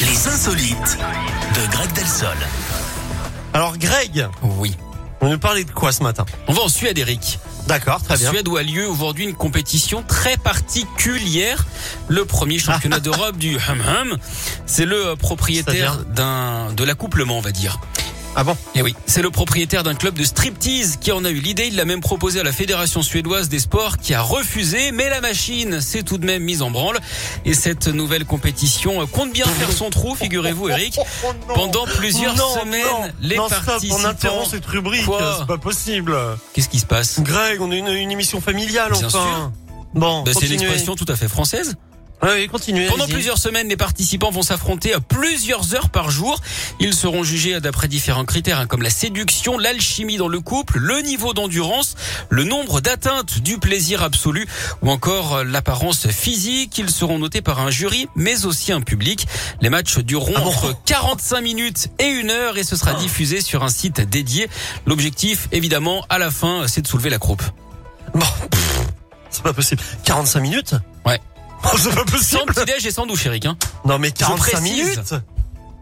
Les insolites de Greg Delsol. Alors Greg, Oui. on nous parlait de quoi ce matin On va en Suède, Eric. D'accord, très En bien. Suède où a lieu aujourd'hui une compétition très particulière. Le premier championnat d'Europe du Hum Hum. C'est le euh, propriétaire C'est-à-dire d'un, de l'accouplement, on va dire. Ah bon Et oui, c'est le propriétaire d'un club de striptease qui en a eu l'idée. Il l'a même proposé à la Fédération suédoise des sports qui a refusé, mais la machine s'est tout de même mise en branle. Et cette nouvelle compétition euh, compte bien faire son trou, figurez-vous, Eric. Pendant plusieurs Oh Non, semaines, non, les non, stop, participants. on interrompt cette rubrique, Quoi c'est pas possible. Qu'est-ce qui se passe Greg, on a une, une émission familiale Bien enfin. Bon, Bah, C'est une continuez. expression tout à fait française. Oui, continuez. Pendant allez-y. plusieurs semaines, les participants vont s'affronter à plusieurs heures par jour. Ils seront jugés d'après différents critères hein, comme la séduction, l'alchimie dans le couple, le niveau d'endurance, le nombre d'atteintes du plaisir absolu ou encore euh, l'apparence physique. Ils seront notés par un jury mais aussi un public. Les matchs dureront Ah bon Ah. entre 45 minutes et une heure et ce sera diffusé sur un site dédié. L'objectif, évidemment, à la fin, c'est de soulever la croupe. Bon, pff, c'est pas possible. 45 minutes Ouais. Oh, c'est pas Sans possible. petit-déj et sans douche, Eric. hein. Non mais 45 précise. minutes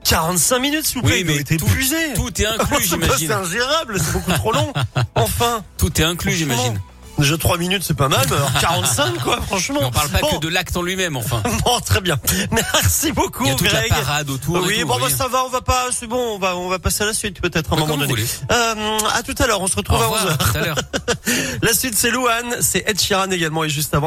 45 minutes s'il vous plaît, Oui, mais mais t'es tout- épuisé. Tout est Comment inclus, Eh. Ah, c'est pas- C'est j'imagine. ingérable, c'est beaucoup trop long. Enfin, Tout est inclus, Franchement. j'imagine. déjà 3 minutes c'est pas mal, mais alors 45 quoi, franchement. Mais on parle pas Bon, que de l'acte en lui-même, enfin. Bon, très bien. Merci beaucoup, Il y a toute Greg. la parade autour. oui, et tout, bon, vous bah, voyez. ça va, on va pas, c'est bon, on va, on va passer à la suite peut-être à un Bah, moment comme vous donné. voulez. Euh, à tout à l'heure, on se Au retrouve à 11h. revoir, à tout à l'heure. La suite, c'est Louane, c'est Ed Sheeran également, et juste avant.